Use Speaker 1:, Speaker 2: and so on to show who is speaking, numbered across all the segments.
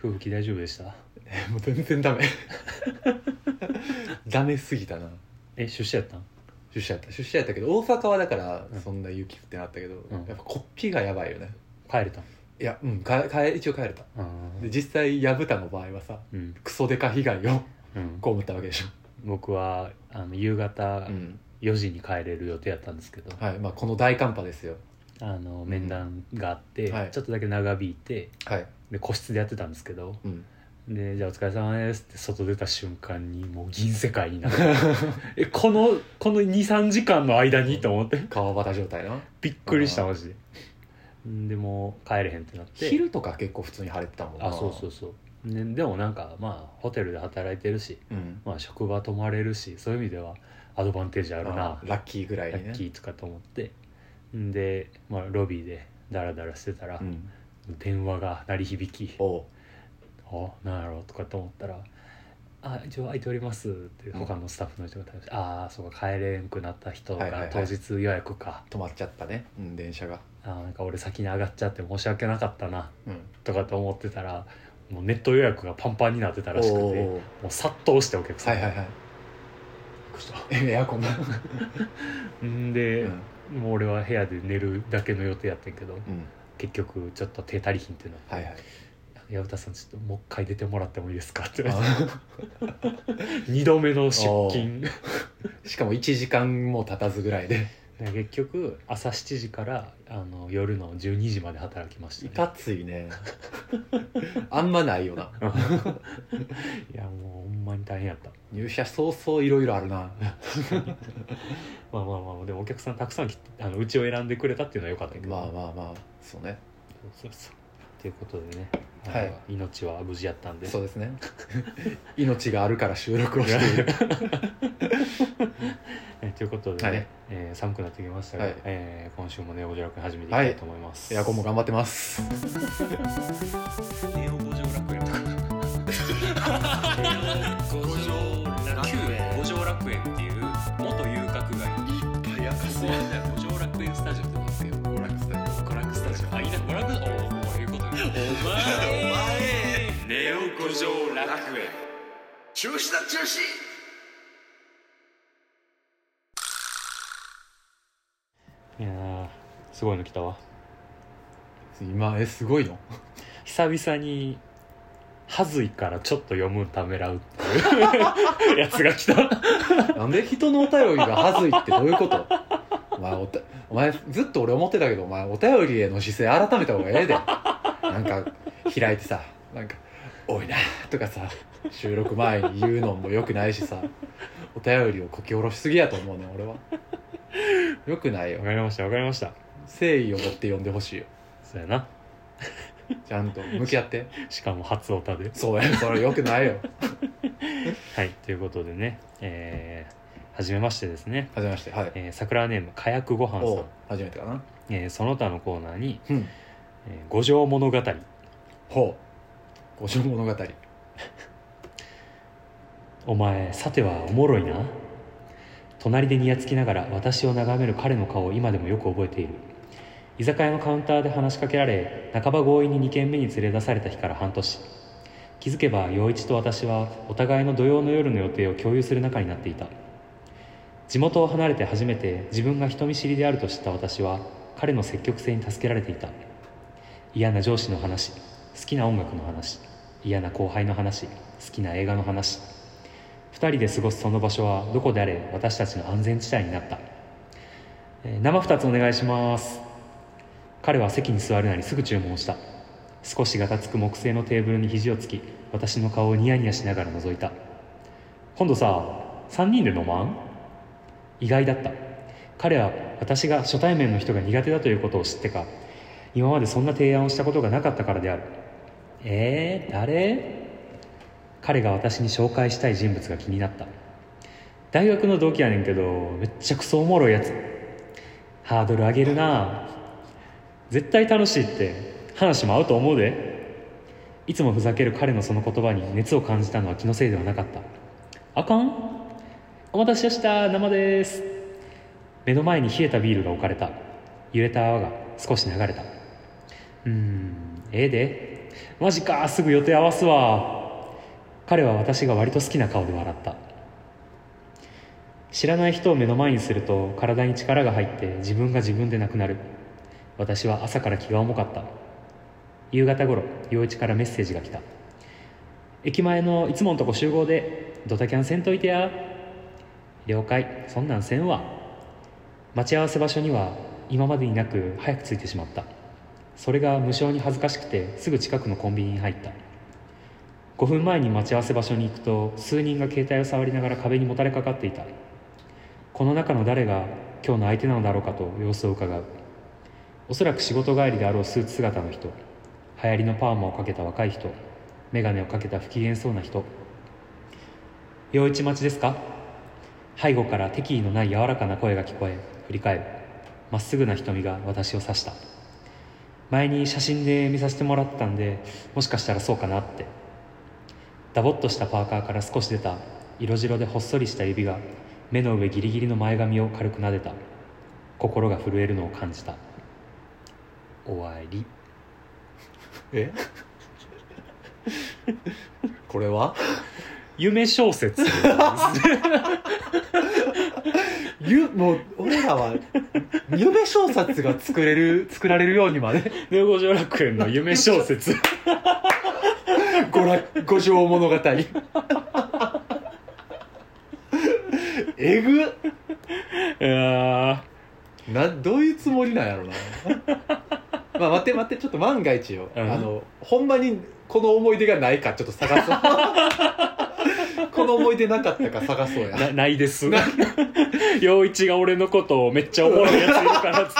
Speaker 1: 吹雪大丈夫でした
Speaker 2: えもう全然ダメ ダメすぎたな
Speaker 1: え出社やったん
Speaker 2: 出社やった出社やったけど大阪はだから
Speaker 1: うん
Speaker 2: そんな雪降ってなったけど、
Speaker 1: うん
Speaker 2: やっぱこっぴがやばいよね
Speaker 1: 帰れたん
Speaker 2: いやうんかか一応帰れた
Speaker 1: う
Speaker 2: で
Speaker 1: ん
Speaker 2: 実際薮田の場合はさ
Speaker 1: うん、
Speaker 2: クソデカ被害を
Speaker 1: うん、
Speaker 2: 被ったわけでしょ、
Speaker 1: 僕はあの夕方
Speaker 2: ん
Speaker 1: 4時に帰れる予定やったんですけど、
Speaker 2: はいまあ、この大寒波ですよ
Speaker 1: あの面談があって、
Speaker 2: はい
Speaker 1: ちょっとだけ長引いて
Speaker 2: はい、
Speaker 1: で個室でやってたんですけど
Speaker 2: うん、
Speaker 1: でじゃあお疲れ様ですって外出た瞬間にもう銀世界になって えこのこの23時間の間にと思って
Speaker 2: 川端状態な
Speaker 1: びっくりした
Speaker 2: あー
Speaker 1: マジでんでもう帰れへんってなって
Speaker 2: 昼とか結構普通に晴れてたもんな
Speaker 1: あそうそうそう、ね、でもなんかまあホテルで働いてるし、
Speaker 2: うん
Speaker 1: まあ、職場泊まれるしそういう意味ではアドバンテージあ
Speaker 2: あ
Speaker 1: るな
Speaker 2: ラッキーぐらい
Speaker 1: ラ
Speaker 2: にね
Speaker 1: ッキーとかと思ってんで、まあ、ロビーでダラダラしてたら、
Speaker 2: うん、
Speaker 1: 電話が鳴り響き
Speaker 2: おう
Speaker 1: あなんやろうとかと思ったら「あ一応空いております」って
Speaker 2: うん
Speaker 1: 他のスタッフの人が対応して「ああそうか帰れんくなった人
Speaker 2: はいはい
Speaker 1: が
Speaker 2: はい
Speaker 1: 当日予約か、
Speaker 2: 止まっちゃったね、うん、電車が
Speaker 1: あーなんか俺先に上がっちゃって申し訳なかったな
Speaker 2: うん」
Speaker 1: とかと思ってたらもうネット予約がパンパンになってたらしくて
Speaker 2: おう
Speaker 1: も
Speaker 2: おう
Speaker 1: う殺到してお客さ
Speaker 2: は
Speaker 1: ん
Speaker 2: い
Speaker 1: が、
Speaker 2: はい はい
Speaker 1: びっくりし
Speaker 2: えエアコンだ、
Speaker 1: たんで、もう俺は部屋で寝るだけの予定やったんやけど
Speaker 2: うん、
Speaker 1: 結局ちょっと手足りひんってなって
Speaker 2: はいはい
Speaker 1: 「矢田さんちょっともう一回出てもらってもいいですか?」って言 われて
Speaker 2: あ
Speaker 1: 2度目の出勤
Speaker 2: しかも1時間も経たずぐらいで
Speaker 1: ね結局朝7時からあの夜の12時まで働きまし
Speaker 2: い
Speaker 1: た、ね、
Speaker 2: かついねあんまないよない
Speaker 1: やもうほんまに大変やった
Speaker 2: 入社早々いろいろあるな
Speaker 1: まあまあまあでもお客さんたくさん来てあのうちを選んでくれたっていうのは良かったけど
Speaker 2: まあまあまあそうね
Speaker 1: そうそうそうということでね、あの
Speaker 2: はい
Speaker 1: 命は無事やったんで
Speaker 2: そうですね 命があるから収録をしている
Speaker 1: えということでね、
Speaker 2: はい
Speaker 1: えー寒くなってきましたが、
Speaker 2: はい
Speaker 1: えー今週もねおじゃらく始めていきたいと思います、
Speaker 2: エアコンも頑張ってます
Speaker 1: ネオ五条楽園とか。五条楽園。五条楽園っていう元遊郭街。いっぱいやかそう五条楽園スタジオってなんですよ。
Speaker 2: 娯楽スタジ
Speaker 1: 娯楽スタジオ。あ、いいな、娯楽。おお、こういうこと。お前。お前。ネオ五条楽園。
Speaker 3: 中止だ中止
Speaker 1: いやー、すごいの来たわ。
Speaker 2: オ今えすごいの
Speaker 1: 久々に。はずいからちょっと読むんためらうっていうやつが来た
Speaker 2: なんで人のお便りがはずいってどういうことお前おたお前ずっと俺思ってたけどお前お便りへの姿勢改めた方がええでなんか開いてさなんか「多いな」とかさ収録前に言うのもよくないしさお便りをこき下ろしすぎやと思うねん俺はよくないよ
Speaker 1: わかりましたわかりました
Speaker 2: 誠意を持って呼んでほしいよ
Speaker 1: そうやな
Speaker 2: ちゃんと向き合って
Speaker 1: しかも初オタで
Speaker 2: そうやそれよくないよ
Speaker 1: はい、ということでね、えー、はじめましてですね、
Speaker 2: 初めましてはい
Speaker 1: えー、桜ネーム、かやくごはん
Speaker 2: お
Speaker 1: さ、
Speaker 2: う初めてかなん
Speaker 1: えーその他のコーナーに、
Speaker 2: うん
Speaker 1: えー、五条物語、
Speaker 2: ほう五条物語
Speaker 1: お前、さてはおもろいな。隣でにやつきながら私を眺める彼の顔を今でもよく覚えている。居酒屋のカウンターで話しかけられ、半ば強引に2軒目に連れ出された日から半年。気づけば陽一と私はお互いの土曜の夜の予定を共有する仲になっていた。地元を離れて初めて自分が人見知りであると知った私は彼の積極性に助けられていた嫌な上司の話好きな音楽の話嫌な後輩の話好きな映画の話2人で過ごすその場所はどこであれ私たちの安全地帯になった、えー生2つお願いします彼は席に座るなりすぐ注文した少しがたつく木製のテーブルに肘をつき私の顔をニヤニヤしながら覗いた今度さ3人で飲まん意外だった彼は私が初対面の人が苦手だということを知ってか今までそんな提案をしたことがなかったからであるえー、誰彼が私に紹介したい人物が気になった大学の同期やねんけどめっちゃくそおもろいやつハードル上げるな絶対楽しいって話も合うと思うでいつもふざける彼のその言葉に熱を感じたのは気のせいではなかったあかんお待たせしました生です目の前に冷えたビールが置かれた揺れた泡が少し流れたうーんええでマジかすぐ予定合わすわ彼は私が割と好きな顔で笑った知らない人を目の前にすると体に力が入って自分が自分でなくなる私は朝から気が重かった夕方頃陽一からメッセージが来た駅前のいつものとこ集合でドタキャンせんといてや了解そんなんせんわ待ち合わせ場所には今までになく早く着いてしまったそれが無性に恥ずかしくてすぐ近くのコンビニに入った5分前に待ち合わせ場所に行くと数人が携帯を触りながら壁にもたれかかっていたこの中の誰が今日の相手なのだろうかと様子を伺うおそらく仕事帰りであろうスーツ姿の人流行りのパーマをかけた若い人眼鏡をかけた不機嫌そうな人陽一待ちですか背後から敵意のない柔らかな声が聞こえ振り返るまっすぐな瞳が私を指した前に写真で見させてもらったんでもしかしたらそうかなってダボっとしたパーカーから少し出た色白でほっそりした指が目の上ギリギリの前髪を軽く撫でた心が震えるのを感じた終わり
Speaker 2: えこれは
Speaker 1: 夢小 説
Speaker 2: ゆもう俺らは夢小説が作れる作られるようにまで
Speaker 1: ネオ五条楽園の夢小説
Speaker 2: 娯楽五条物語えぐ
Speaker 1: いや
Speaker 2: などういうつもりなんやろなまあ待って待ってちょっと万が一よ、
Speaker 1: うん
Speaker 2: あのほんまにこの思い出がないかちょっと探そうこの思い出なかったか探そうや
Speaker 1: ーなないです陽一が俺のことをめっちゃおもろいやついるからっつ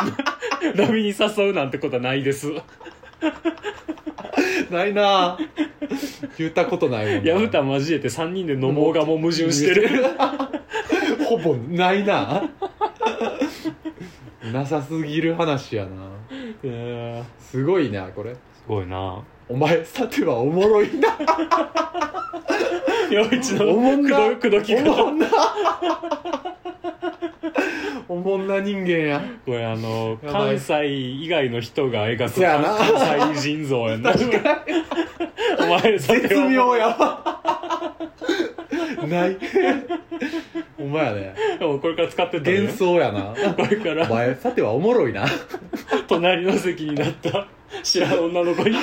Speaker 1: って波に誘うなんてことはないです
Speaker 2: ないなあ言ったことないもんな
Speaker 1: 薮田交えて3人で飲もうがも矛盾してる
Speaker 2: ほぼないななさすぎる話やない
Speaker 1: やーす
Speaker 2: すごいなこれ
Speaker 1: ごいな
Speaker 2: お前さてはおもろいな
Speaker 1: 陽一の
Speaker 2: おもんな
Speaker 1: くどくどき
Speaker 2: おも
Speaker 1: が
Speaker 2: んなおもんな人間や
Speaker 1: これあの
Speaker 2: やばい
Speaker 1: 関西以外の人が描
Speaker 2: そやな
Speaker 1: く関西人像やなお前さ
Speaker 2: 絶
Speaker 1: ては
Speaker 2: 妙やわないお前やね
Speaker 1: もうこれから使ってたね
Speaker 2: 幻想やな
Speaker 1: これか
Speaker 2: お
Speaker 1: ら
Speaker 2: 前さてはおもろいな
Speaker 1: 隣の席になった知らん女の子に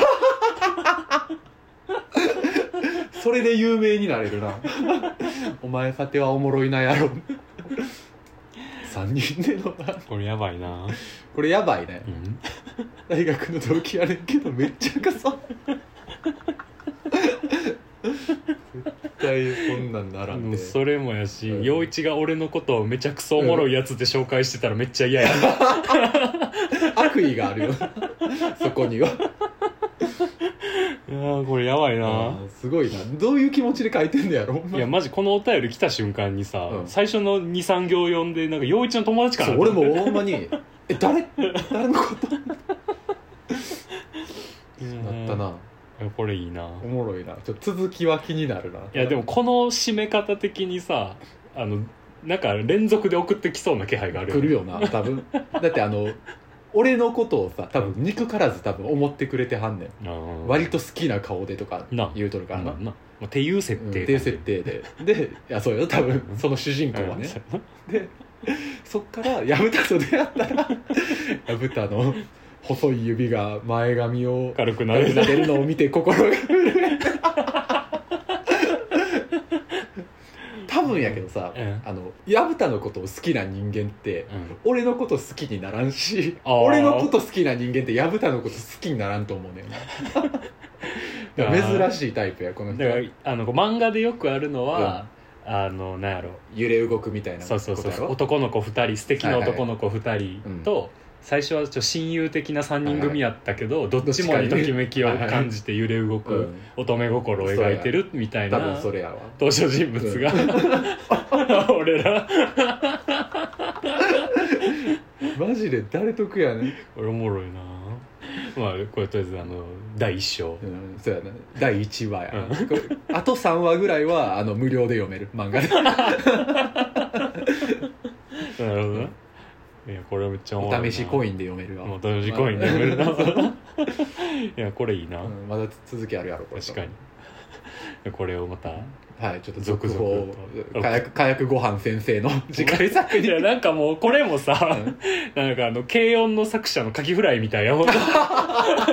Speaker 2: それで有名になれるなお前さてはおもろいなやろ3人でのな
Speaker 1: これやばいな
Speaker 2: これやばいね
Speaker 1: うん
Speaker 2: 大学の同期やねんけどめっちゃかさ絶対こんなんならん
Speaker 1: も
Speaker 2: で
Speaker 1: うそれもやし
Speaker 2: うん
Speaker 1: 陽一が俺のことをめちゃくそおもろいやつで紹介してたらめっちゃ嫌やな
Speaker 2: 悪意があるよ そこにはい
Speaker 1: やーこれやばいな
Speaker 2: うんすごいなどういう気持ちで書いてんだやろほんま
Speaker 1: いやマジこのお便り来た瞬間にさ、
Speaker 2: うん
Speaker 1: 最初の23行読んでなんか陽一の友達か
Speaker 2: そ
Speaker 1: な
Speaker 2: う俺もほんまに「え誰誰のこと?」なった
Speaker 1: う
Speaker 2: なん
Speaker 1: いやこれいいな
Speaker 2: おもろいなちょっと続きは気になるない
Speaker 1: やでもこの締め方的にさあのなんか連続で送ってきそうな気配がある
Speaker 2: 来るよな多分だってあの俺のことをさ多分憎からず多分思ってくれてはんねん
Speaker 1: うん
Speaker 2: 割と好きな顔でとか
Speaker 1: な
Speaker 2: 言うとるから
Speaker 1: な
Speaker 2: な、
Speaker 1: なまあっていう設
Speaker 2: うんって
Speaker 1: 定
Speaker 2: いう設定ででいやそうよ多分その主人公は
Speaker 1: うん
Speaker 2: ねでそっから薮田と出会ったら薮田の細い指が前髪を
Speaker 1: 軽くなれ
Speaker 2: 撫
Speaker 1: る
Speaker 2: でるのを見て心が震えた多分やけどさ、
Speaker 1: うん
Speaker 2: あの薮田のことを好きな人間って
Speaker 1: うん
Speaker 2: 俺のこと好きにならんし
Speaker 1: あー
Speaker 2: 俺のこと好きな人間って薮田のこと好きにならんと思うねんだ から珍しいタイプやこの人
Speaker 1: だからあの漫画でよくあるのは、あのなんやろ
Speaker 2: 揺れ動くみたいな
Speaker 1: そうそうそう
Speaker 2: ことやろ
Speaker 1: 男の子2人素敵な男の子2人と、最初はちょっと親友的な3人組やったけど、どっちもにときめきを感じて揺れ動
Speaker 2: う
Speaker 1: く
Speaker 2: ん
Speaker 1: 乙女心を描いてるみたい
Speaker 2: 多
Speaker 1: な
Speaker 2: 分それやわ
Speaker 1: 登場人物が、 俺ら
Speaker 2: マジで誰得やねん、
Speaker 1: 俺おもろいなまあこれとりあえずあの第一章
Speaker 2: うん、そうやな第1話や、
Speaker 1: う
Speaker 2: これあと3話ぐらいはあの無料で読める漫画で
Speaker 1: なるほどねいやこれめっちゃおもろい
Speaker 2: お
Speaker 1: な
Speaker 2: 試しコインで読めるわ
Speaker 1: もうお試しコインで読めるな いやこれいいな、
Speaker 2: うんまだ続きあるやろこれ
Speaker 1: 確かにこれをまた
Speaker 2: はいちょっと続
Speaker 1: 続
Speaker 2: 報
Speaker 1: 々と
Speaker 2: 火薬火薬ご飯先生の次回作
Speaker 1: い
Speaker 2: に
Speaker 1: やなんかもうこれもさ
Speaker 2: うん
Speaker 1: なんかあの軽音の作者のカキフライみたいなもん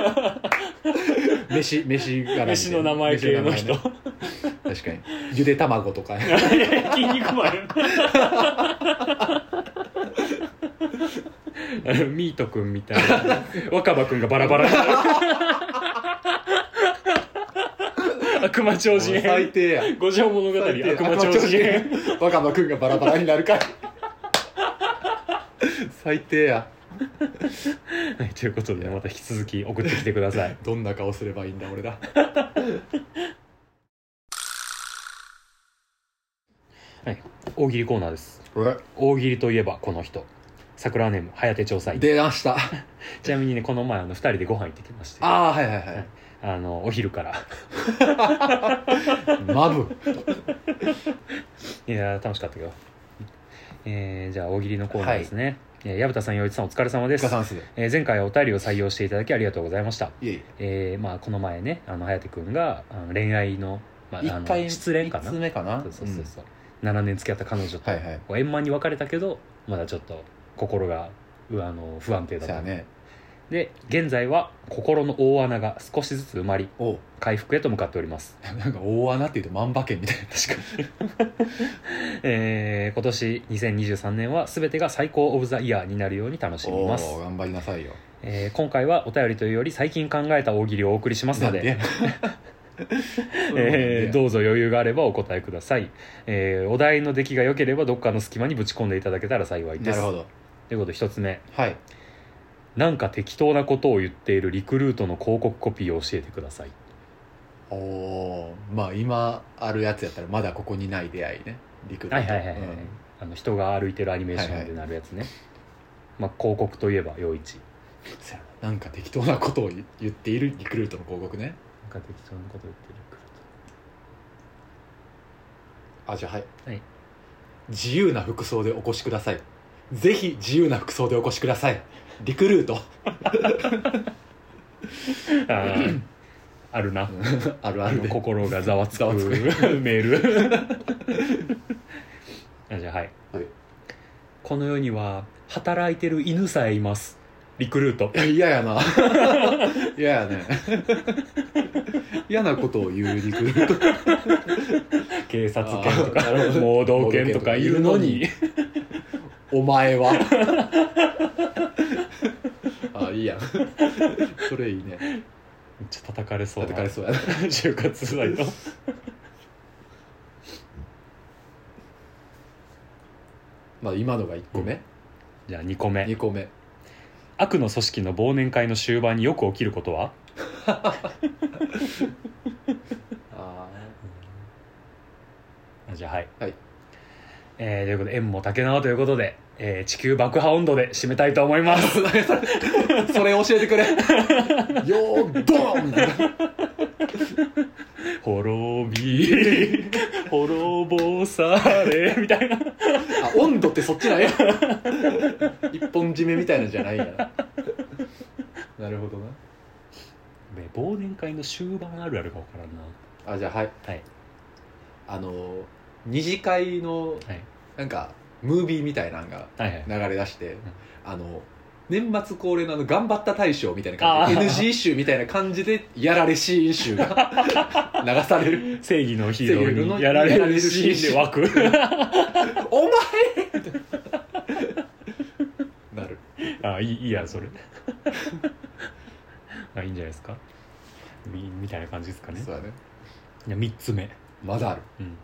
Speaker 2: 飯飯が
Speaker 1: 飯の名前系の人
Speaker 2: 確かにゆで卵とか
Speaker 1: いや いや筋肉マンあのミートくんみたいな若葉くんがバラバラに なる悪魔超人
Speaker 2: 最
Speaker 1: 編
Speaker 2: 低や
Speaker 1: 五条物語悪
Speaker 2: 最低
Speaker 1: 魔超人編
Speaker 2: 若葉くんがバラバラになるかい最低や
Speaker 1: はい、ということで、また引き続き送ってきてください。
Speaker 2: どんな顔すればいいんだ俺ら
Speaker 1: 大喜利コーナーです。大喜利といえばこの人。桜ネーム、早手調査員。
Speaker 2: 出ました
Speaker 1: ちなみにね、この前、あの、二人でご飯行ってきまして、あ
Speaker 2: ああはいはいはい
Speaker 1: の、お昼から。
Speaker 2: マブ
Speaker 1: いやー、楽しかったけど。えー、じゃあ、大喜利のコーナーですね。えー矢蓋さん、洋一さん、お疲れ様で
Speaker 2: 塚
Speaker 1: す
Speaker 2: さ。んっすね
Speaker 1: えー前回はお便りを採用していただきありがとうございました。
Speaker 2: いえいえ
Speaker 1: えー、まあ、この前ね、あの、早手くんが、あの恋愛の、まあ、あ
Speaker 2: 一
Speaker 1: の
Speaker 2: 回
Speaker 1: 失恋かな
Speaker 2: 一。つ目かな
Speaker 1: そうそうそうそう、7年付き合った彼女と、
Speaker 2: はいはい
Speaker 1: こう円満に別れたけどまだちょっと心がうあの不安定
Speaker 2: うん
Speaker 1: だっ
Speaker 2: そ
Speaker 1: た
Speaker 2: やね
Speaker 1: で現在は心の大穴が少しずつ埋まり
Speaker 2: おう
Speaker 1: 回復へと向かっております、
Speaker 2: なんか大穴っていうと万馬券みたいな確か
Speaker 1: えー今年2023年は全てが最高オブザイヤーになるように楽しみ
Speaker 2: お
Speaker 1: ます
Speaker 2: お、頑張りなさいよ
Speaker 1: えー今回はお便りというより最近考えた大喜利をお送りしますので えーどうぞ余裕があればお答えください、えーお題の出来が良ければどっかの隙間にぶち込んでいただけたら幸いです
Speaker 2: なるほど
Speaker 1: ということで一つ目
Speaker 2: はい
Speaker 1: なんか適当なことを言っているリクルートの広告コピーを教えてください
Speaker 2: おおまあ今あるやつやったらまだここにない出会いねリクルート
Speaker 1: はいはいはいはい、
Speaker 2: うん
Speaker 1: あの人が歩いてるアニメーションでなるやつね、まあ、広告といえば陽一
Speaker 2: そやななんか適当なことを言言っているリクルートの広告ね
Speaker 1: なんか適当なこと言ってるリクル
Speaker 2: あじゃあはい、
Speaker 1: はい
Speaker 2: 自由な服装でお越しくださいぜひ自由な服装でお越しくださいリクルート
Speaker 1: ートあーあるな
Speaker 2: ある
Speaker 1: あ
Speaker 2: ある
Speaker 1: の
Speaker 2: で
Speaker 1: 心がざわつく
Speaker 2: ざわつ
Speaker 1: メール あじゃあはい、
Speaker 2: はい
Speaker 1: この世には働いてる犬さえいますリクルー ト
Speaker 2: 嫌やな嫌やね嫌なことを言うリクルート
Speaker 1: 警察犬と
Speaker 2: あーな
Speaker 1: か
Speaker 2: るほど
Speaker 1: 盲導犬とかいるの
Speaker 2: 盲導犬とかいるの
Speaker 1: に
Speaker 2: にお 前はあいいやんそれいいね
Speaker 1: めっちゃ叩かれそうな
Speaker 2: 叩かれそうやな
Speaker 1: 就活サイト
Speaker 2: まあ今のが1個目、
Speaker 1: じゃあ2個目
Speaker 2: 2個目
Speaker 1: 悪の組織の忘年会の終盤によく起きることは
Speaker 2: あ
Speaker 1: あじゃあはい、
Speaker 2: はい
Speaker 1: えーということで縁も竹縄ということで、えー地球爆破温度で締めたいと思います
Speaker 2: それ教え てくれよードーンみたいな
Speaker 1: 滅び滅ぼさ れみたいな
Speaker 2: あ温度ってそっちなんや一本締めみたいなんじゃないんやななるほどな
Speaker 1: ね忘年会の終盤あるあるか分からんな
Speaker 2: あじゃあはい
Speaker 1: はい
Speaker 2: あの二次会の
Speaker 1: はい
Speaker 2: なんかムービーみたいなのが
Speaker 1: はいはい
Speaker 2: 流れ出して、あの年末恒例のあの頑張った大賞みたいな感じで
Speaker 1: あー
Speaker 2: NG 集みたいな感じでやられシーン集が流される
Speaker 1: 正義のヒーロ
Speaker 2: 正義
Speaker 1: ー
Speaker 2: の
Speaker 1: にやられ
Speaker 2: やられ
Speaker 1: る
Speaker 2: る
Speaker 1: シーンで湧く
Speaker 2: 「お前!」なる
Speaker 1: あいいいいやそれ あいいんじゃないですかみみたいな感じですかね
Speaker 2: そうだね
Speaker 1: じゃあ3つ目
Speaker 2: まだある
Speaker 1: うん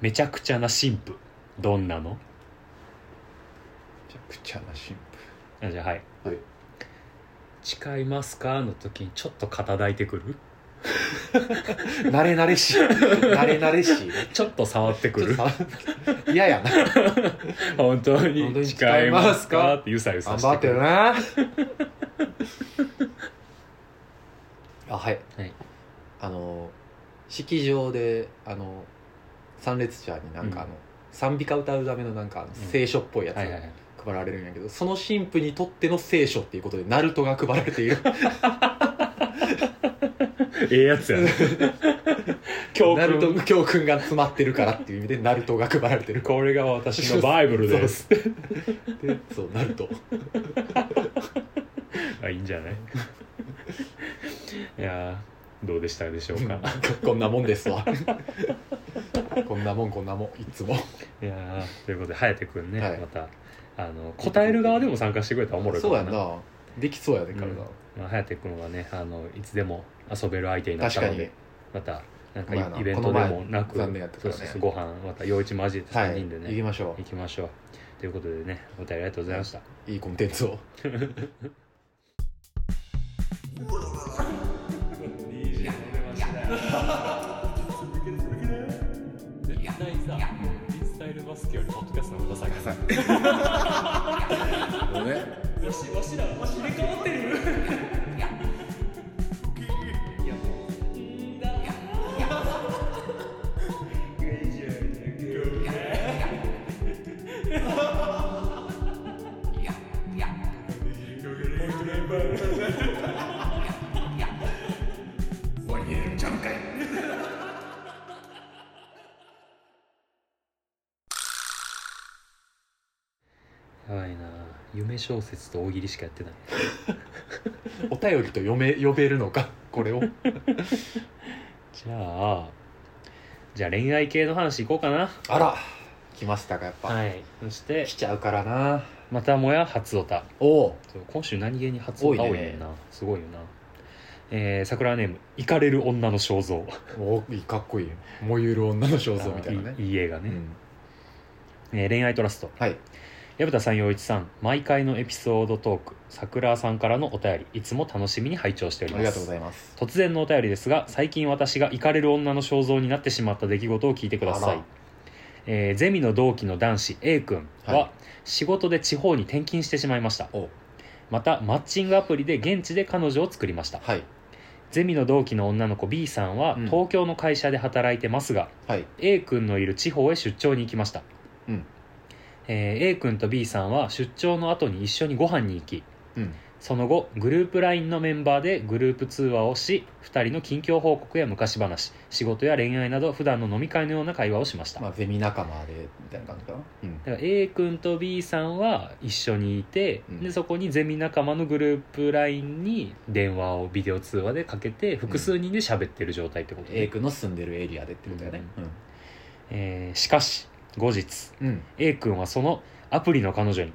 Speaker 1: めちゃくちゃな神父どんなの
Speaker 2: めちゃくちゃな新
Speaker 1: あじゃあはい、
Speaker 2: はい
Speaker 1: 誓いますかの時にちょっと肩抱いてくる
Speaker 2: 婦慣れ慣れしい慣れ慣れしい
Speaker 1: ちょっと触ってくる
Speaker 2: ちょっとさ嫌やな
Speaker 1: 本当
Speaker 2: 本
Speaker 1: に
Speaker 2: 当に
Speaker 1: 誓
Speaker 2: 誓
Speaker 1: い
Speaker 2: い
Speaker 1: ま
Speaker 2: ますす
Speaker 1: か
Speaker 2: か
Speaker 1: ってゆさゆさ
Speaker 2: 頑
Speaker 1: し
Speaker 2: 張
Speaker 1: て
Speaker 2: って
Speaker 1: く
Speaker 2: る
Speaker 1: る
Speaker 2: なあはい、
Speaker 1: はい
Speaker 2: あの式場であの参列者になんかあの、賛美歌歌うためのなんかあの聖書っぽいやつ
Speaker 1: はいはいはい
Speaker 2: 配られるんやけどその神父にとっての聖書っていうことでナルトが配られている
Speaker 1: ええやつやね教
Speaker 2: ナルト
Speaker 1: 訓
Speaker 2: 教訓が詰まってるからっていう意味でナルトが配られてる
Speaker 1: これが私のバイブルです
Speaker 2: そうですでそうナルト
Speaker 1: あいいんじゃないいやーどうでしたでしょうか
Speaker 2: こんなもんですわこんなもんこんなもんいつも
Speaker 1: いやーということで颯くんね、
Speaker 2: はい
Speaker 1: またあの答える側でも参加してくれたらおもろいか
Speaker 2: そう
Speaker 1: も
Speaker 2: やんなできそうやね体、
Speaker 1: うんまあ、颯くんはねあのいつでも遊べる相手になっ
Speaker 2: 確
Speaker 1: た
Speaker 2: か
Speaker 1: の
Speaker 2: に
Speaker 1: でまたなんか
Speaker 2: まあな
Speaker 1: イイベントでもな
Speaker 2: こ
Speaker 1: く
Speaker 2: の前残念やったか
Speaker 1: そ
Speaker 2: ら
Speaker 1: う
Speaker 2: ね
Speaker 1: そうそうご飯また陽一交えて
Speaker 2: は
Speaker 1: 3
Speaker 2: い
Speaker 1: 人でね、
Speaker 2: 行きましょ
Speaker 1: 行きましょうということでねお便りありがとうございました
Speaker 2: ういいコンテンツを
Speaker 1: スタイルバスケよりポッドキャストのさ
Speaker 2: ね
Speaker 3: 終わりに入れるんちゃうんかい
Speaker 1: やばいな夢小説と大喜利しかやってない
Speaker 2: お便りと読め呼べるのかこれを
Speaker 1: じゃあじゃあ恋愛系の話いこうかな
Speaker 2: あら来ましたかやっぱ、
Speaker 1: はいそして
Speaker 2: 来ちゃうからな
Speaker 1: またもや初オタ
Speaker 2: おお
Speaker 1: そう今週何気に初オタ多
Speaker 2: 多い
Speaker 1: い
Speaker 2: ね
Speaker 1: ねんなすごいよなえー、桜ネーム「イカれる女の肖像」
Speaker 2: おいいかっこいい燃ゆる女の肖像みたいなね
Speaker 1: いいい映画
Speaker 2: う
Speaker 1: ね、
Speaker 2: ん、
Speaker 1: えー恋愛トラスト
Speaker 2: はい
Speaker 1: 薮田さん陽一さん毎回のエピソードトーク桜さんからのお便りいつも楽しみに拝聴しており
Speaker 2: あ
Speaker 1: ます
Speaker 2: りがとうございます
Speaker 1: 突然のお便りですが最近私がイカれる女の肖像になってしまった出来事を聞いてくださ
Speaker 2: あ
Speaker 1: い
Speaker 2: ら、
Speaker 1: えーゼミの同期の男子 A 君は、
Speaker 2: はい
Speaker 1: 仕事で地方に転勤してしまいました
Speaker 2: お
Speaker 1: またマッチングアプリで現地で彼女を作りました
Speaker 2: はい
Speaker 1: ゼミの同期の女の子 B さんは
Speaker 2: うん
Speaker 1: 東京の会社で働いてますが、
Speaker 2: はい
Speaker 1: A 君のいる地方へ出張に行きました、
Speaker 2: うん
Speaker 1: えー A 君と B さんは出張の後に一緒にご飯に行き
Speaker 2: うん
Speaker 1: その後グループ LINE のメンバーでグループ通話をし2人の近況報告や昔話仕事や恋愛など普段の飲み会のような会話をしました、
Speaker 2: まあゼミ仲間でみたいな感じかなうん
Speaker 1: だから A 君と B さんは一緒にいて、
Speaker 2: うん
Speaker 1: でそこにゼミ仲間のグループ LINE に電話をビデオ通話でかけて複数人で喋ってる状態ってことね
Speaker 2: A 君の住んでるエリアでってことやね
Speaker 1: えーしかし後日
Speaker 2: うん、うん、
Speaker 1: A 君はそのアプリの彼女に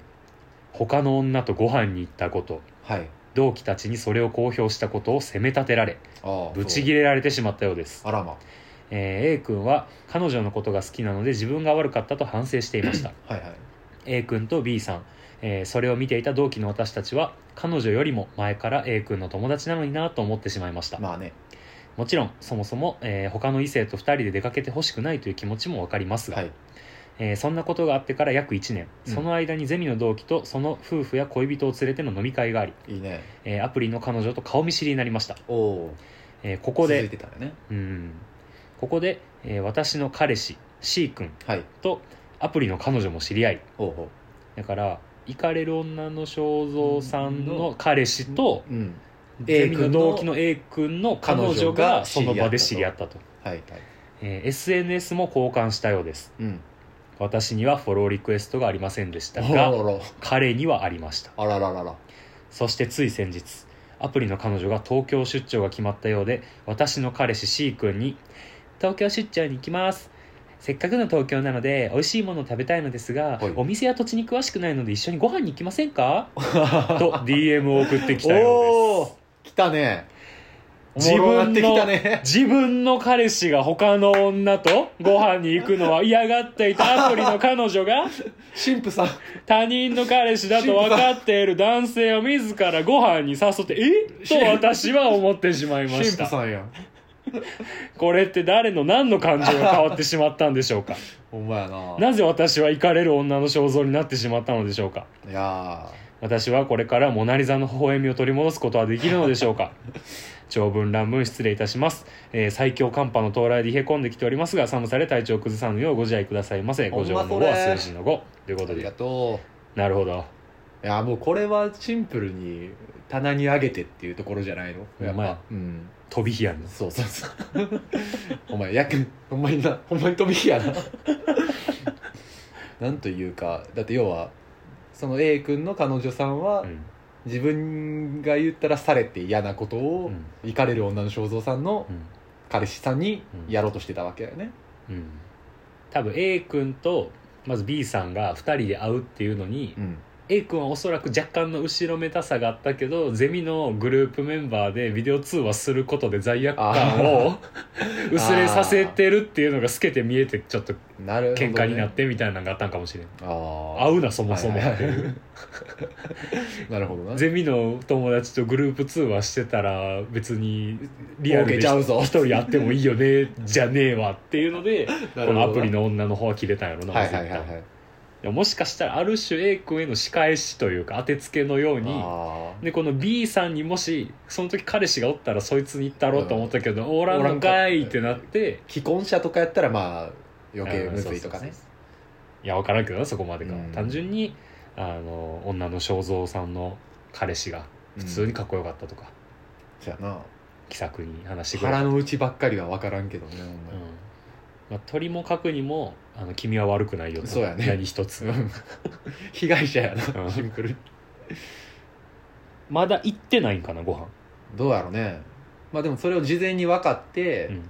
Speaker 1: 他の女とご飯に行ったこと
Speaker 2: はい
Speaker 1: 同期たちにそれを公表したことを責め立てられ
Speaker 2: ああ
Speaker 1: ブチギレられてしまったようです
Speaker 2: そうあらま
Speaker 1: えー A 君は彼女のことが好きなので自分が悪かったと反省していま した
Speaker 2: はいはい
Speaker 1: A 君と B さん、えーそれを見ていた同期の私たちは彼女よりも前から A 君の友達なのになと思ってしまいました、
Speaker 2: まあね
Speaker 1: もちろんそもそも、えー他の異性と2人で出かけてほしくないという気持ちも分かりますが、
Speaker 2: はい
Speaker 1: えーそんなことがあってから約1年
Speaker 2: うん
Speaker 1: その間にゼミの同期とその夫婦や恋人を連れての飲み会があり、
Speaker 2: いいね
Speaker 1: えーアプリの彼女と顔見知りになりました、
Speaker 2: おお
Speaker 1: えーここ
Speaker 2: 続い
Speaker 1: で
Speaker 2: てたらね
Speaker 1: うんここで、えー私の彼氏 C 君
Speaker 2: はい
Speaker 1: とアプリの彼女も知り合い
Speaker 2: おうおう
Speaker 1: だからイカれる女の肖像さんの彼氏と
Speaker 2: うん
Speaker 1: ゼミの
Speaker 2: A 君の
Speaker 1: 同期の A 君の彼女がその場で知り合ったと、
Speaker 2: はいはい
Speaker 1: えー SNS も交換したようです
Speaker 2: うん
Speaker 1: 私にはフォローリクエストがありませんでした
Speaker 2: あら
Speaker 1: が
Speaker 2: らら
Speaker 1: 彼にはありました
Speaker 2: あらららら
Speaker 1: そしてつい先日アプリの彼女が東京出張が決まったようで私の彼氏 C 君に「東京出張に行きます」せっかくの東京なので美味しいものを食べたいのですが
Speaker 2: はい
Speaker 1: お店や土地に詳しくないので一緒にご飯に行きませんか と DM を送ってきたよう
Speaker 2: おー来たね
Speaker 1: 自
Speaker 2: 自
Speaker 1: 分の
Speaker 2: 分ってきたね
Speaker 1: です自分の彼氏が他の女とご飯に行くのは嫌がっていたアプリの彼女が
Speaker 2: 神父さん
Speaker 1: 他人の彼氏だと分かっている男性を自らご飯に誘ってえと私は思ってしまいま
Speaker 2: 神
Speaker 1: し
Speaker 2: 父
Speaker 1: た
Speaker 2: さんやん
Speaker 1: これって誰の何の感情が変わってしまったんでしょう か
Speaker 2: ほんまやな
Speaker 1: なぜ私はイカれる女の肖像になってしまったのでしょうか
Speaker 2: いや
Speaker 1: 私はこれからモナ・リザの微笑みを取り戻すことはできるのでしょう か長文乱文失礼いたします、えー最強寒波の到来で冷え込んできておりますが寒さで体調を崩さぬようご自愛くださいませ
Speaker 2: ほ
Speaker 1: ご
Speaker 2: ん
Speaker 1: 乗
Speaker 2: ま
Speaker 1: の
Speaker 2: それ
Speaker 1: 5は数字の5というこ
Speaker 2: ーあ
Speaker 1: と
Speaker 2: りが
Speaker 1: で
Speaker 2: とう
Speaker 1: なるほど
Speaker 2: いやもうこれはシンプルに棚に上げてっていうところじゃないのや
Speaker 1: ほん
Speaker 2: っ
Speaker 1: まや
Speaker 2: ぱうん
Speaker 1: 飛び火やんな
Speaker 2: そうそうそうお前やくほんまになほんまに飛び火やな なんというかだって要はその A 君の彼女さんは、
Speaker 1: うん
Speaker 2: 自分が言ったらされて嫌なこと
Speaker 1: う
Speaker 2: を、
Speaker 1: ん
Speaker 2: イカれる女の正蔵さんの彼氏さんにやろうとしてたわけだよね、
Speaker 1: うん、うん、多分 A 君とまず B さんが2人で会うっていうのに、
Speaker 2: うん、
Speaker 1: A 君はおそらく若干の後ろめたさがあったけどゼミのグループメンバーでビデオ通話することで罪悪感 を薄れさせてるっていうのが透けて見えてちょっと
Speaker 2: なるほど、ね、
Speaker 1: 喧嘩になってみたいなのがあったんかもしれん、
Speaker 2: あー
Speaker 1: 会うなそもそも、
Speaker 2: はいはい はいなるほどな
Speaker 1: ゼミの友達とグループ通話してたら別にリアルで
Speaker 2: 儲けちゃうぞ
Speaker 1: 一人会ってもいいよねじゃねえわっていうのでこ
Speaker 2: なるほどな
Speaker 1: のアプリの女の方は切れたんやろな、
Speaker 2: はいはいはい
Speaker 1: 絶
Speaker 2: は
Speaker 1: 対
Speaker 2: い
Speaker 1: でももしかしたらある種 A 君への仕返しというか当てつけのように
Speaker 2: あー
Speaker 1: でこの B さんにもしその時彼氏がおったらそいつに行ったろうと思ったけど、おらんのかいってなって
Speaker 2: 既婚者とかやったらまあ余計むずいとか
Speaker 1: うん
Speaker 2: ね
Speaker 1: そうそうそういや分からんけどなそこまでか、
Speaker 2: うん
Speaker 1: 単純にあの女の正蔵さんの彼氏が普通にかっこよかったとか、
Speaker 2: じゃあな
Speaker 1: 気さくに話してくれた、
Speaker 2: 腹
Speaker 1: うん
Speaker 2: の内ばっかりは分からんけどね
Speaker 1: まあ、鳥も角にもあの君は悪くないよと
Speaker 2: そうやね
Speaker 1: 何一つ
Speaker 2: ほんまに被害者や
Speaker 1: う
Speaker 2: なんシンプルに
Speaker 1: まだ行ってないんかなご飯、
Speaker 2: どうやろうねまあでもそれを事前に分かって、
Speaker 1: うん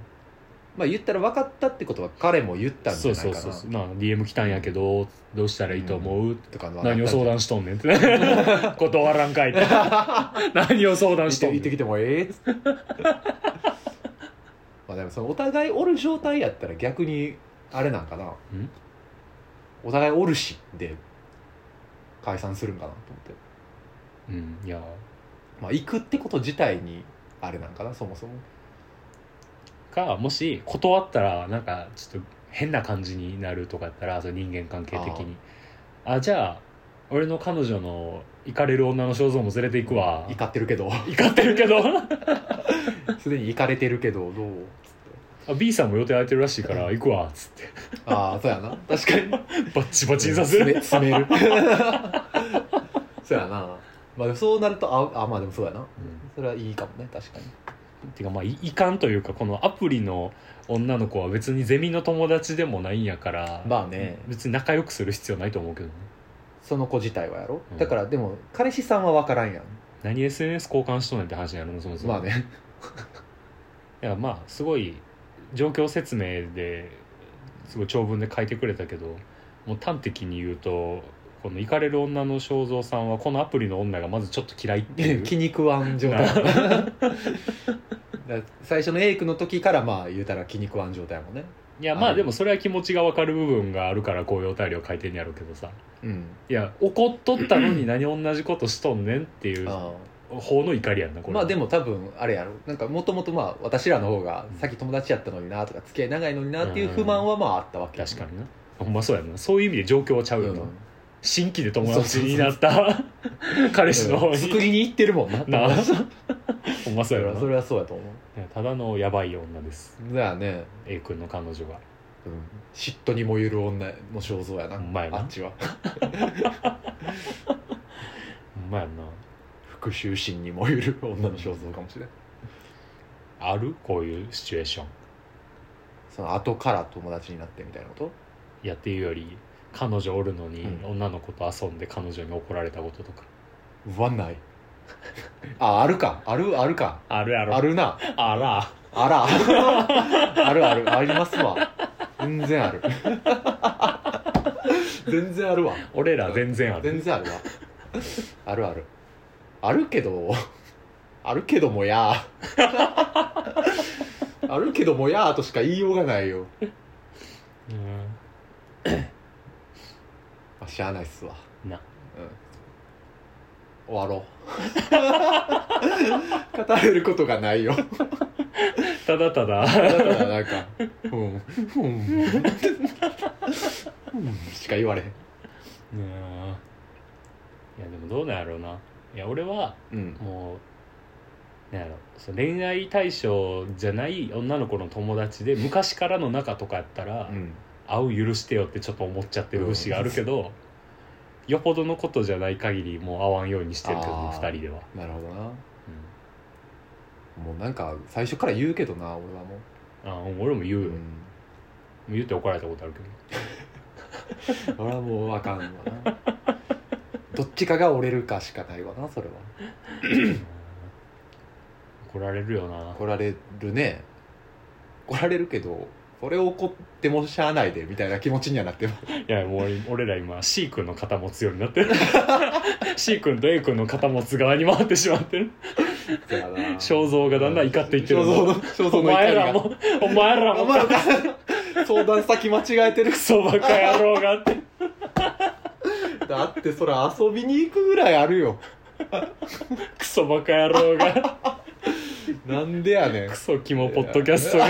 Speaker 2: まあ言ったら分かったってことは彼も言ったんじ
Speaker 1: そ
Speaker 2: ゃ
Speaker 1: う
Speaker 2: な
Speaker 1: そ
Speaker 2: いうか
Speaker 1: そう
Speaker 2: な
Speaker 1: そうなあ DM 来たんやけどどうしたらいいと思う、
Speaker 2: とかの分かったん
Speaker 1: 何
Speaker 2: じゃ
Speaker 1: を相談しとんねんって 断らんかいって 何を相談しとんねん
Speaker 2: 行ってきてもええ っつってまあでもそのお互いおる状態やったら逆にあれなんかなお互いおるしで解散するんかなと思って
Speaker 1: うんいや
Speaker 2: まあ行くってこと自体にあれなんかなそもそも
Speaker 1: かもし断ったらなんかちょっと変な感じになるとかやったらその人間関係的にあじゃあ俺の彼女のイカれる女の肖像も連れていくわ
Speaker 2: 怒ってるけど
Speaker 1: 怒ってるけど
Speaker 2: すでに行かれてるけどどうつ
Speaker 1: あ
Speaker 2: っ
Speaker 1: B さんも予定空いてるらしいから行くわっつって
Speaker 2: てああそうやな確かに
Speaker 1: バッチバチにさせる
Speaker 2: 詰め詰める そうやなまあでもそうなるとああまあでもそうやなそれはいいかもね確かに
Speaker 1: てかまあいいかんというかこのアプリの女の子は別にゼミの友達でもないんやから
Speaker 2: まあね
Speaker 1: 別に仲良くする必要ないと思うけどね
Speaker 2: その子自体はやろ、
Speaker 1: うん
Speaker 2: だからでも彼氏さんは分からんやん
Speaker 1: 何 SNS 交換しとんねんって話になるのそもそも
Speaker 2: まあね
Speaker 1: いやまあすごい状況説明ですごい長文で書いてくれたけどもう端的に言うとこの「イカれる女の肖像さんはこのアプリの女がまずちょっと嫌い」って いう
Speaker 2: 気に食わん状態 だから最初の A 君の時からまあ言うたら気に食わん状態もんね
Speaker 1: いやまあ
Speaker 2: はい
Speaker 1: でもそれは気持ちが分かる部分があるからこういうお便りを書いてんやろうけどさ
Speaker 2: うん
Speaker 1: いや怒っとったの に何同じことしとんねんっていう
Speaker 2: あ
Speaker 1: 方の怒りやんなこ
Speaker 2: あ
Speaker 1: れ
Speaker 2: まあで
Speaker 1: も
Speaker 2: も多分あれやろなんかもともとまあ私らの方がさっき友達やったのになとか付き合い長いのになっていう不満はまああったわけ
Speaker 1: 確かになほんまそうやんなそういう意味で状況はちゃうよな、
Speaker 2: うん
Speaker 1: 新規で友達になった彼氏の方に
Speaker 2: 作りに行ってるもんな
Speaker 1: な
Speaker 2: 友達
Speaker 1: ほんまそ
Speaker 2: そうれ
Speaker 1: やろ
Speaker 2: は
Speaker 1: な
Speaker 2: それはそうやと思う
Speaker 1: いやただのやばい女です
Speaker 2: だよね、
Speaker 1: A 君の彼女が
Speaker 2: うん、嫉妬にもゆる女の肖像やな
Speaker 1: ほんまやな
Speaker 2: あっちは
Speaker 1: ほんまやんな
Speaker 2: 復讐心にもゆる女の肖像かもしれない
Speaker 1: あるこういうシチュエーション
Speaker 2: その後から友達になってみたいなこと
Speaker 1: いやっていうより彼女おるのに、
Speaker 2: うん
Speaker 1: 女の子と遊んで彼女に怒られたこととか
Speaker 2: うわ ないああるかあるあるか
Speaker 1: あるやろ
Speaker 2: あるな
Speaker 1: あら
Speaker 2: あらあるあるありますわ全然ある全然あるわ
Speaker 1: 俺ら全然ある
Speaker 2: 全然あるわあるあるあるけどあるけどもやあるけどもやとしか言いようがないよあしゃあないっすわ
Speaker 1: うんな
Speaker 2: うん終わろう語れることがないよ
Speaker 1: ただただ
Speaker 2: だからなんか「うんうん」うんしか言われへん
Speaker 1: うんいやでもどうなんやろうないや俺は
Speaker 2: うん
Speaker 1: もうなんやろその恋愛対象じゃない女の子の友達で昔からの仲とかやったら、
Speaker 2: うん
Speaker 1: 会う許してよってちょっと思っちゃってる節があるけど、よほどのことじゃない限りもう会わんようにしてるけどね
Speaker 2: あー
Speaker 1: 2人では、
Speaker 2: なるほどな
Speaker 1: うん
Speaker 2: もうなんか最初から言うけどな俺はも
Speaker 1: あー俺も言う
Speaker 2: う、
Speaker 1: よ、言って怒られたことあるけど
Speaker 2: うん、俺はもうわかんわなどっちかが折れるかしかないわなそれは
Speaker 1: 怒られるよな
Speaker 2: 怒られるね怒られるけどそれを怒ってもしゃあないでみたいな気持ちにはなってます
Speaker 1: いやもう俺俺ら今 C 君の肩持つようになってる C 君と A 君の肩持つ側に回ってしまってる 肖像がだんだん怒っていってる
Speaker 2: 肖像の肖
Speaker 1: お
Speaker 2: 像の怒
Speaker 1: 前
Speaker 2: り
Speaker 1: ら
Speaker 2: が
Speaker 1: もお前ら
Speaker 2: お
Speaker 1: も
Speaker 2: 前ら相談先間違えてる
Speaker 1: クソバカ野郎がって
Speaker 2: だってそれ遊びに行くぐらいあるよ
Speaker 1: クソバカ野郎が
Speaker 2: なんでやねん
Speaker 1: クソキモポッドキャストが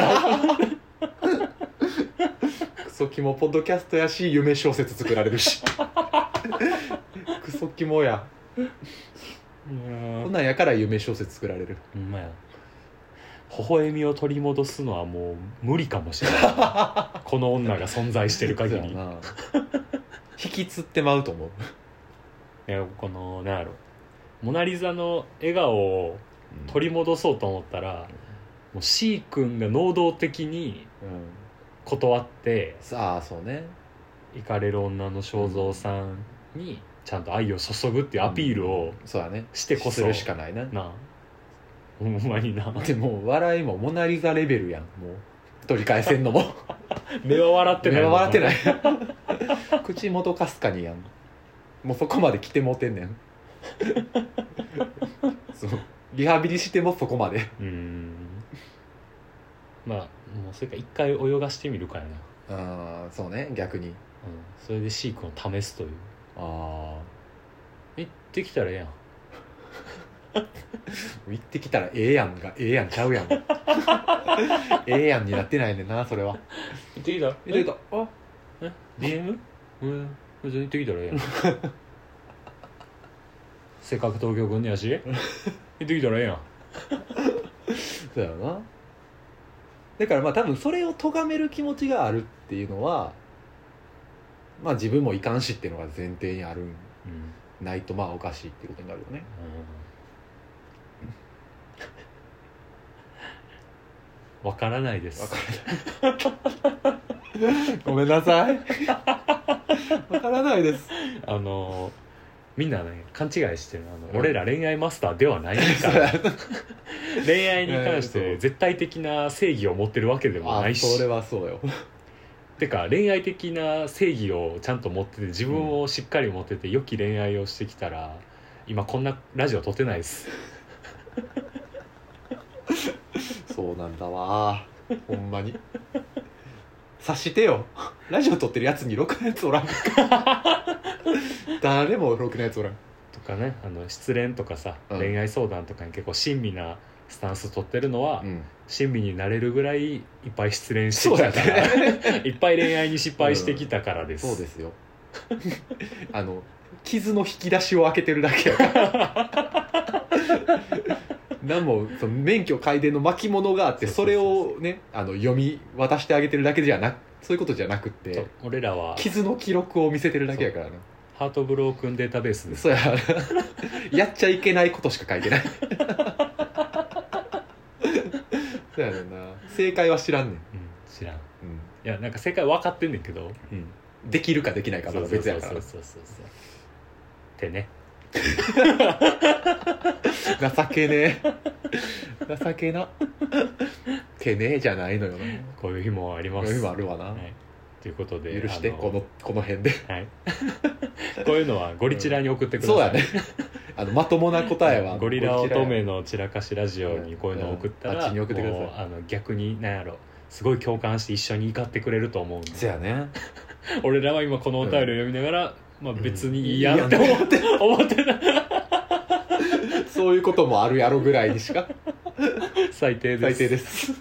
Speaker 2: クソキモポッドキャストやし夢小説作られ るしクソキモやこんなんやから夢小説作られる
Speaker 1: ほんまや微笑みを取り戻すのはもう無理かもし れないなこの女が存在してる限
Speaker 2: そう
Speaker 1: り
Speaker 2: やな引きつってまうと思う
Speaker 1: いやこのなんやろモナ・リザの笑顔を取り戻そうと思ったら、もう C 君が能動的に
Speaker 2: うん
Speaker 1: 断って
Speaker 2: さあそうね
Speaker 1: 行かれる女の肖像さんにちゃんと愛を注ぐっていうアピールを
Speaker 2: そうだね
Speaker 1: してこそ
Speaker 2: するしかないな
Speaker 1: なあほんまにな
Speaker 2: でも笑いもモナ・リザレベルやんもう取り返せんのも
Speaker 1: 目は笑 ってない
Speaker 2: 目は笑ってない 口元かすかにやんもうそこまで来てもうてんね んそうリハビリしてもそこまで
Speaker 1: うーんまあもうそれか一回泳がしてみるかやな、うん、
Speaker 2: ああそうね逆に
Speaker 1: それで C 君を試すという
Speaker 2: あ
Speaker 1: 行ってきたらええやん
Speaker 2: あ行ってきたらええやんがええやんちゃうや んええやんになってないねんなそれは
Speaker 1: 行ってきたら
Speaker 2: えっとあ
Speaker 1: え DM? うん別に行ってきたらええやん せっかく東京来んねやし行ってきたらええやん
Speaker 2: そうやろなだからまあ多分それを咎める気持ちがあるっていうのはまあ自分もいかんしっていうのが前提にあるん
Speaker 1: うん
Speaker 2: ないとまあおかしいっていうことになるよね
Speaker 1: わからないです
Speaker 2: わかごめんなさい わからないです
Speaker 1: あのみんなね勘違いしてるあの、
Speaker 2: うん
Speaker 1: 俺ら恋愛マスターではないか
Speaker 2: そう
Speaker 1: ら
Speaker 2: やな
Speaker 1: 恋愛に関し
Speaker 2: えーそ
Speaker 1: て
Speaker 2: う
Speaker 1: 絶対的な正義を持ってるわけでもな
Speaker 2: あ
Speaker 1: い
Speaker 2: それ
Speaker 1: し
Speaker 2: はそうよ
Speaker 1: てか恋愛的な正義をちゃんと持ってて自分をしっかり持ってて良き恋愛をしてきたら今こんなラジオ撮ってないです
Speaker 2: そうなんだわほんまに察してよラジオ撮ってるやつにろくなやつおらん誰もろくなやつおらん
Speaker 1: とかねあの失恋とかさ、
Speaker 2: うん
Speaker 1: 恋愛相談とかに結構親身なスタンス取ってるのは、
Speaker 2: ん
Speaker 1: 親身になれるぐらいいっぱい失恋してきたから、 いっぱい恋愛に失敗してきたからです、
Speaker 2: そうですよ あの傷の引き出しを開けてるだけやからなんもその免許改伝の巻物があって
Speaker 1: そ
Speaker 2: そう
Speaker 1: そう
Speaker 2: れ
Speaker 1: そうそう
Speaker 2: をねあの読み渡してあげてるだけじゃなくそういうことじゃなく
Speaker 1: そう
Speaker 2: て
Speaker 1: 俺らは
Speaker 2: 傷の記録を見せてるだけやからな
Speaker 1: ハートブロークンデータベースです
Speaker 2: そうややっちゃいけないことしか書いてないそうやねんな正解は知らんねん、
Speaker 1: うん、知らんいやなんか正解分かってんねんけど
Speaker 2: うんできるかできないかはまだ別やか
Speaker 1: そう
Speaker 2: ら
Speaker 1: そうそうそうってね
Speaker 2: 情けねえ情けなてねえじゃないのよな
Speaker 1: こういう日もあります
Speaker 2: 今あるわな、
Speaker 1: はい、ということで
Speaker 2: 許して
Speaker 1: あの
Speaker 2: このこ の辺で
Speaker 1: はいこういうのはゴリチラに送ってください、
Speaker 2: そうやねあのまともな答えは
Speaker 1: ゴリラ乙女
Speaker 2: の
Speaker 1: の散らかしラジオにこういうのを送った
Speaker 2: うんあっ
Speaker 1: ら、
Speaker 2: ちに送ってください
Speaker 1: もうあの逆になんやろすごい共感して一緒に怒ってくれると思うんで
Speaker 2: そうやね
Speaker 1: 俺らは今このお便りを読みながら、まあ別にいいやんって
Speaker 2: いい
Speaker 1: 思
Speaker 2: やん
Speaker 1: って思ってた
Speaker 2: そういうこともあるやろぐらいに しか
Speaker 1: 最低で
Speaker 2: 最
Speaker 1: す
Speaker 2: 低です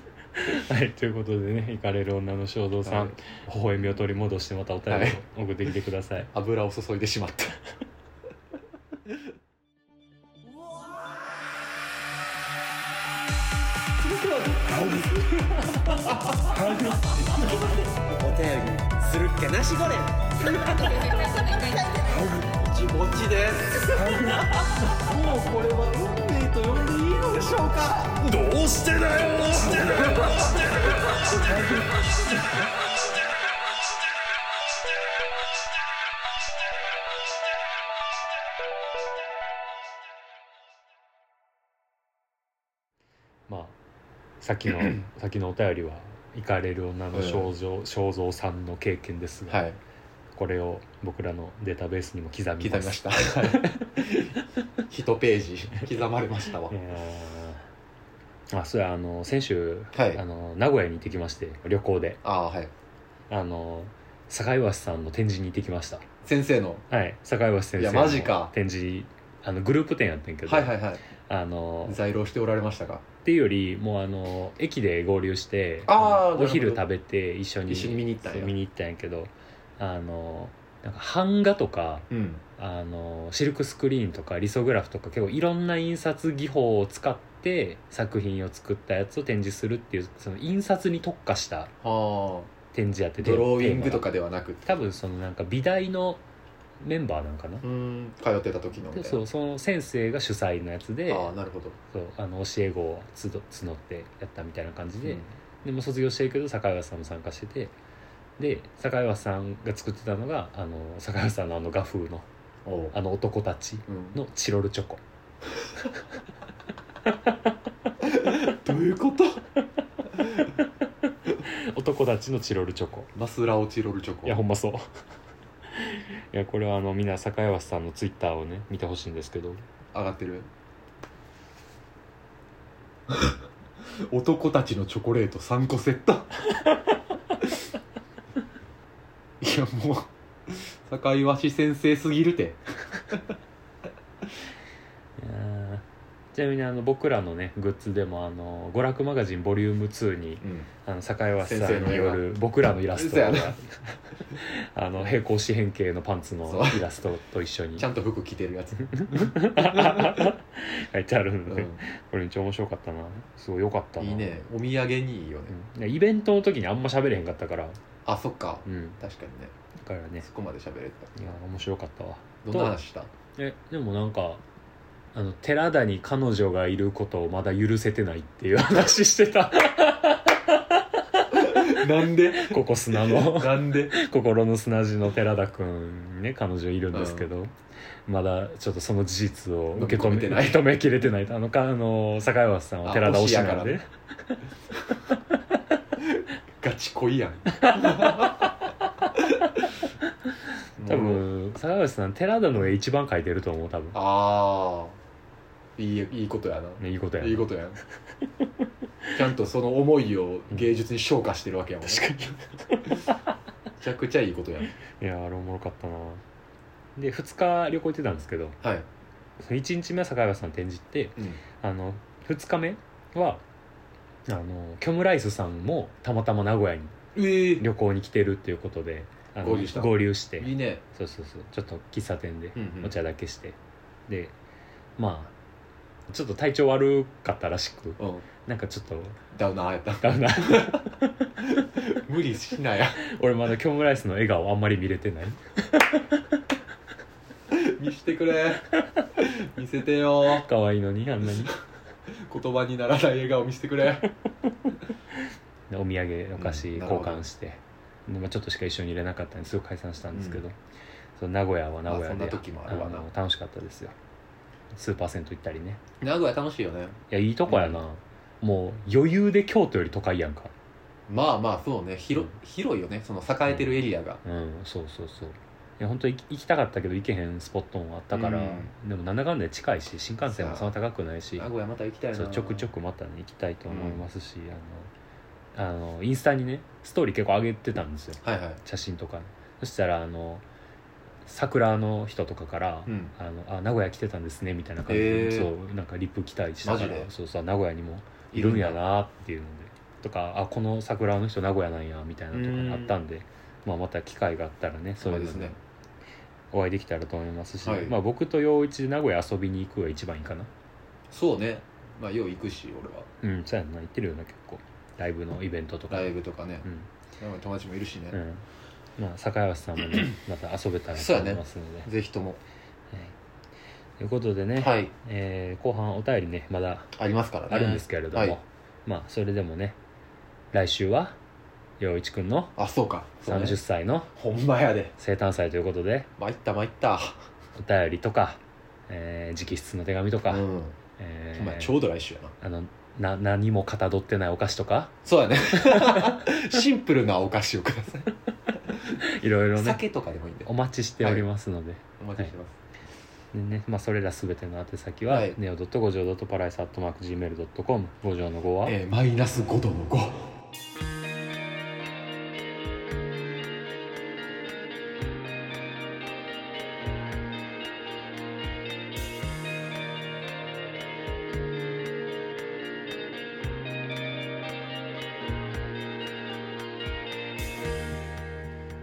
Speaker 1: はいということでね行かれる女の衝動さん、
Speaker 2: はい
Speaker 1: 微笑みを取り戻してまたお便
Speaker 2: はい
Speaker 1: りを送ってきてくださ い
Speaker 2: 油を注いでしまった
Speaker 4: お便りするっけなしごれん
Speaker 2: ちもちです。もうこれは運命と呼んでいいのでしょうか。
Speaker 3: どうしてだよどうしてだよ
Speaker 1: まあさっ きのさっきのお便りは「行かれる女の肖像肖像さんの経験」ですが、
Speaker 2: はい、
Speaker 1: これを僕らのデータベースにも刻みます
Speaker 2: 刻みました。はい一ページ刻まれましたわ。
Speaker 1: えーあそれはあの先週、
Speaker 2: はい
Speaker 1: あの名古屋に行ってきまして旅行で
Speaker 2: ああ、はい。
Speaker 1: あの坂井橋さんの展示に行ってきました
Speaker 2: 先生の。
Speaker 1: はい坂井橋先
Speaker 2: い
Speaker 1: 生
Speaker 2: や
Speaker 1: の
Speaker 2: マジか
Speaker 1: 展示あのグループ展やってんけど、
Speaker 2: はいはいはい。
Speaker 1: あの
Speaker 2: 在労しておられましたか。
Speaker 1: っていうよりもうあの駅で合流して
Speaker 2: あ
Speaker 1: の
Speaker 2: ーなるほど
Speaker 1: お昼食べて一緒に
Speaker 2: 一緒に見に行ったんや
Speaker 1: そう見に行ったんやけどあのなんか版画とか
Speaker 2: うん。
Speaker 1: あのシルクスクリーンとかリソグラフとか結構いろんな印刷技法を使って作品を作ったやつを展示するっていうその印刷に特化した
Speaker 2: ああ。
Speaker 1: 展示やってて
Speaker 2: ドローイン
Speaker 1: テーマ
Speaker 2: グと
Speaker 1: が
Speaker 2: かではなく。
Speaker 1: 多分そのなんか美大のメンバーなんかな
Speaker 2: う、ん。通ってた時のみ
Speaker 1: で
Speaker 2: たい
Speaker 1: そうその先生が主催のやつで
Speaker 2: な。ああ、なるほど。
Speaker 1: そうあの教え子をつど募ってやったみたいな感じで、
Speaker 2: うん
Speaker 1: でもう卒業してるけど坂井橋さんも参加しててで坂井橋さんが作ってたのがあの坂井橋さんのあの画風の
Speaker 2: おう
Speaker 1: あの男たち
Speaker 2: うん
Speaker 1: のチロルチョコ
Speaker 2: どうい うこと
Speaker 1: 男たちのチロルチョコ
Speaker 2: マスラオチロルチョコ
Speaker 1: いやほんまそう いやこれはあのみんな坂井橋さんのツイッターをね見てほしいんですけど
Speaker 2: 上がってる 男たちのチョコレート3個セット いやもう坂井鷲先生すぎるて
Speaker 1: いやーちなみにあの僕らのねグッズでもあの娯楽マガジンボリューム2に
Speaker 2: うん
Speaker 1: あの坂井橋さん
Speaker 2: 先生の
Speaker 1: に
Speaker 2: 絵
Speaker 1: よ
Speaker 2: が
Speaker 1: る僕らのイラストが
Speaker 2: そうや
Speaker 1: あの平行四辺形のパンツのイラストと一緒に
Speaker 2: ちゃんと服着てるやつ、
Speaker 1: 書いてあるんで、
Speaker 2: う
Speaker 1: これめっちゃ面白かったなすごい良かった
Speaker 2: ん、
Speaker 1: ない
Speaker 2: いねお土産にいいよね、
Speaker 1: うんでイベントの時にあんま喋れへんかったから
Speaker 2: あそっか
Speaker 1: うん
Speaker 2: 確かにね
Speaker 1: だからね
Speaker 2: そこまで喋れてた
Speaker 1: いや面白かったわ
Speaker 2: どんな話した
Speaker 1: えでもなんかあの寺田に彼女がいることをまだ許せてないっていう話して た
Speaker 2: なんで
Speaker 1: ここ砂 の
Speaker 2: なんで
Speaker 1: 心の砂地の寺田くんね彼女いるんですけど、まだちょっとその事実を受け止め
Speaker 2: 飲み込めて ない
Speaker 1: 受け止めきれてないあのかあの坂井橋さんは寺田推しな
Speaker 2: あ
Speaker 1: ん
Speaker 2: 推し
Speaker 1: で
Speaker 2: やガチ恋やん
Speaker 1: 多分坂井橋さん寺田の絵一番描いてると思う多分
Speaker 2: ああいいいいことやな、
Speaker 1: ねいいことやない
Speaker 2: いことやんちゃんとその思いを芸術に昇華してるわけやもん、ね、
Speaker 1: 確か
Speaker 2: めちゃくちゃいいことやん
Speaker 1: にいやあれおもろかったなで2日旅行行ってたんですけど
Speaker 2: はい、
Speaker 1: 1日目は坂井橋さん展示行って
Speaker 2: うん、
Speaker 1: あの2日目はあのキョムライスさんもたまたま名古屋に
Speaker 2: ええ
Speaker 1: 旅行に来てるっていうことであの
Speaker 2: 合流した
Speaker 1: して
Speaker 2: いいね
Speaker 1: そうそうそうちょっと喫茶店で
Speaker 2: うんうん
Speaker 1: お茶だけして、でまあちょっと体調悪かったらしく
Speaker 2: うん
Speaker 1: なんかちょっと
Speaker 2: ダウナーやった
Speaker 1: だんだん
Speaker 2: 無理しなや
Speaker 1: 俺まだキョムライスの笑顔あんまり見れてない
Speaker 2: 見してくれ見せてよ
Speaker 1: 可愛いのにあんな に
Speaker 2: 言葉にならない笑顔見せてくれ
Speaker 1: でお土産お菓子
Speaker 2: うんなる
Speaker 1: 交
Speaker 2: ほど
Speaker 1: 換して、でまあ、ちょっとしか一緒にいれなかったんですぐ解散したんですけど、その名古屋は名古屋で
Speaker 2: あそんな時もあるわな
Speaker 1: の楽しかったですよスーパー銭湯行ったりね
Speaker 2: 名古屋楽しいよね
Speaker 1: いやいいとこやな、もう余裕で京都より都会やんか
Speaker 2: まあまあそうね広,、
Speaker 1: うん
Speaker 2: 広いよねその栄えてるエリアが、
Speaker 1: うんそうそうそういや本当行き行きたかったけど行けへんスポットもあったから、
Speaker 2: う
Speaker 1: でもなんだかんだで近いし新幹線もそんな高くないし
Speaker 2: 名古屋また行きたいな
Speaker 1: そうちょくちょくまたね行きたいと思いますし、あのあのインスタにねストーリー結構上げてたんですよ
Speaker 2: はいはい
Speaker 1: 写真とかそしたらあの桜の人とかから、
Speaker 2: うん
Speaker 1: あのあ名古屋来てたんですねみたいな感じで、
Speaker 2: へー
Speaker 1: そうなんかリップ期待したか
Speaker 2: マジ
Speaker 1: ら
Speaker 2: で
Speaker 1: そうそう名古屋にもいるんやなっていうのでとかあこの桜の人名古屋なんやみたいなとかね
Speaker 2: うん
Speaker 1: あったんで、まあ、また機会があったらねそういうう
Speaker 2: そで
Speaker 1: の
Speaker 2: すね
Speaker 1: にお会いできたらと思いますし、
Speaker 2: はい
Speaker 1: まあ、僕と陽一で名古屋遊びに行くが一番いいかな
Speaker 2: そうねまあよう行くし俺は
Speaker 1: うんそうやんな行ってるよな結構ライブのイベントとか
Speaker 2: ライブとかね
Speaker 1: うん、
Speaker 2: 名古屋友達もいるしね、
Speaker 1: うんまあ、坂橋さんもねまた遊べたらと思いますので
Speaker 2: ぜひとも
Speaker 1: ということでね、
Speaker 2: はい
Speaker 1: えー後半お便りねまだ
Speaker 2: ありますからね
Speaker 1: あるんですけれども、
Speaker 2: はい
Speaker 1: まあそれでもね来週は陽一くんの
Speaker 2: あそうかそうね
Speaker 1: 30歳の
Speaker 2: ほんまやで
Speaker 1: 生誕祭ということで
Speaker 2: 参った参った
Speaker 1: お便りとか、えー直筆の手紙と
Speaker 2: う
Speaker 1: か、
Speaker 2: ん
Speaker 1: えー
Speaker 2: まあちょうど来週やな
Speaker 1: あのな何もかたどってないお菓子とか
Speaker 2: そうだねシンプルなお菓子をください
Speaker 1: いろいろね
Speaker 2: 酒とかでもいいんで
Speaker 1: お待ちしておりますので,、
Speaker 2: お待ちしてます
Speaker 1: でねまあ、それらすべての宛先は、
Speaker 2: はい
Speaker 1: ネオ .5 条 .paraisa.gmail.com 五条の5は、
Speaker 2: えーマイナス5度の5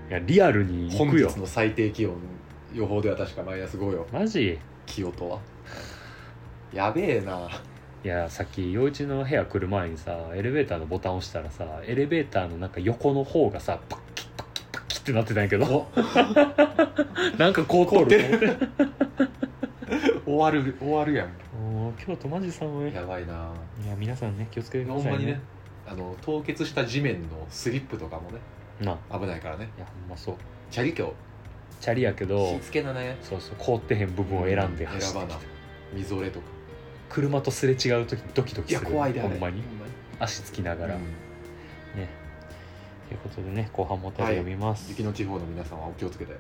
Speaker 1: いやリアルに行
Speaker 2: 本
Speaker 1: くよ
Speaker 2: 日の最低気温予報では確かマイナス5よ
Speaker 1: マジ
Speaker 2: 清音はやべえない
Speaker 1: やさっき陽一の部屋来る前にさエレベーターのボタン押したらさエレベーターのなんか横の方がさパッキッパッキッパッキッってなってたんやけど
Speaker 2: お
Speaker 1: なんかこう通ると思って
Speaker 2: 終わる終わるやん
Speaker 1: もう京都マジ寒いいや
Speaker 2: やばいな
Speaker 1: 皆さんね気をつけてくだ
Speaker 2: ほん
Speaker 1: さ
Speaker 2: ま
Speaker 1: い
Speaker 2: に
Speaker 1: ね
Speaker 2: ねあの凍結した地面のスリップとかもね
Speaker 1: なあ
Speaker 2: 危ないからね
Speaker 1: いやほんまそう
Speaker 2: チャリ橋
Speaker 1: チャリやけど
Speaker 2: 気つけなね
Speaker 1: そうそう凍ってへん部分を選んで走
Speaker 2: 選
Speaker 1: っ
Speaker 2: ば
Speaker 1: て
Speaker 2: な
Speaker 1: きて
Speaker 2: みぞれとか
Speaker 1: 車とすれ違う時ドキドキする
Speaker 2: で
Speaker 1: ほんまに足つきながら、
Speaker 2: うん
Speaker 1: ねということでね後半もお便り読みます、
Speaker 2: 雪の地方の皆さんはお気をつけて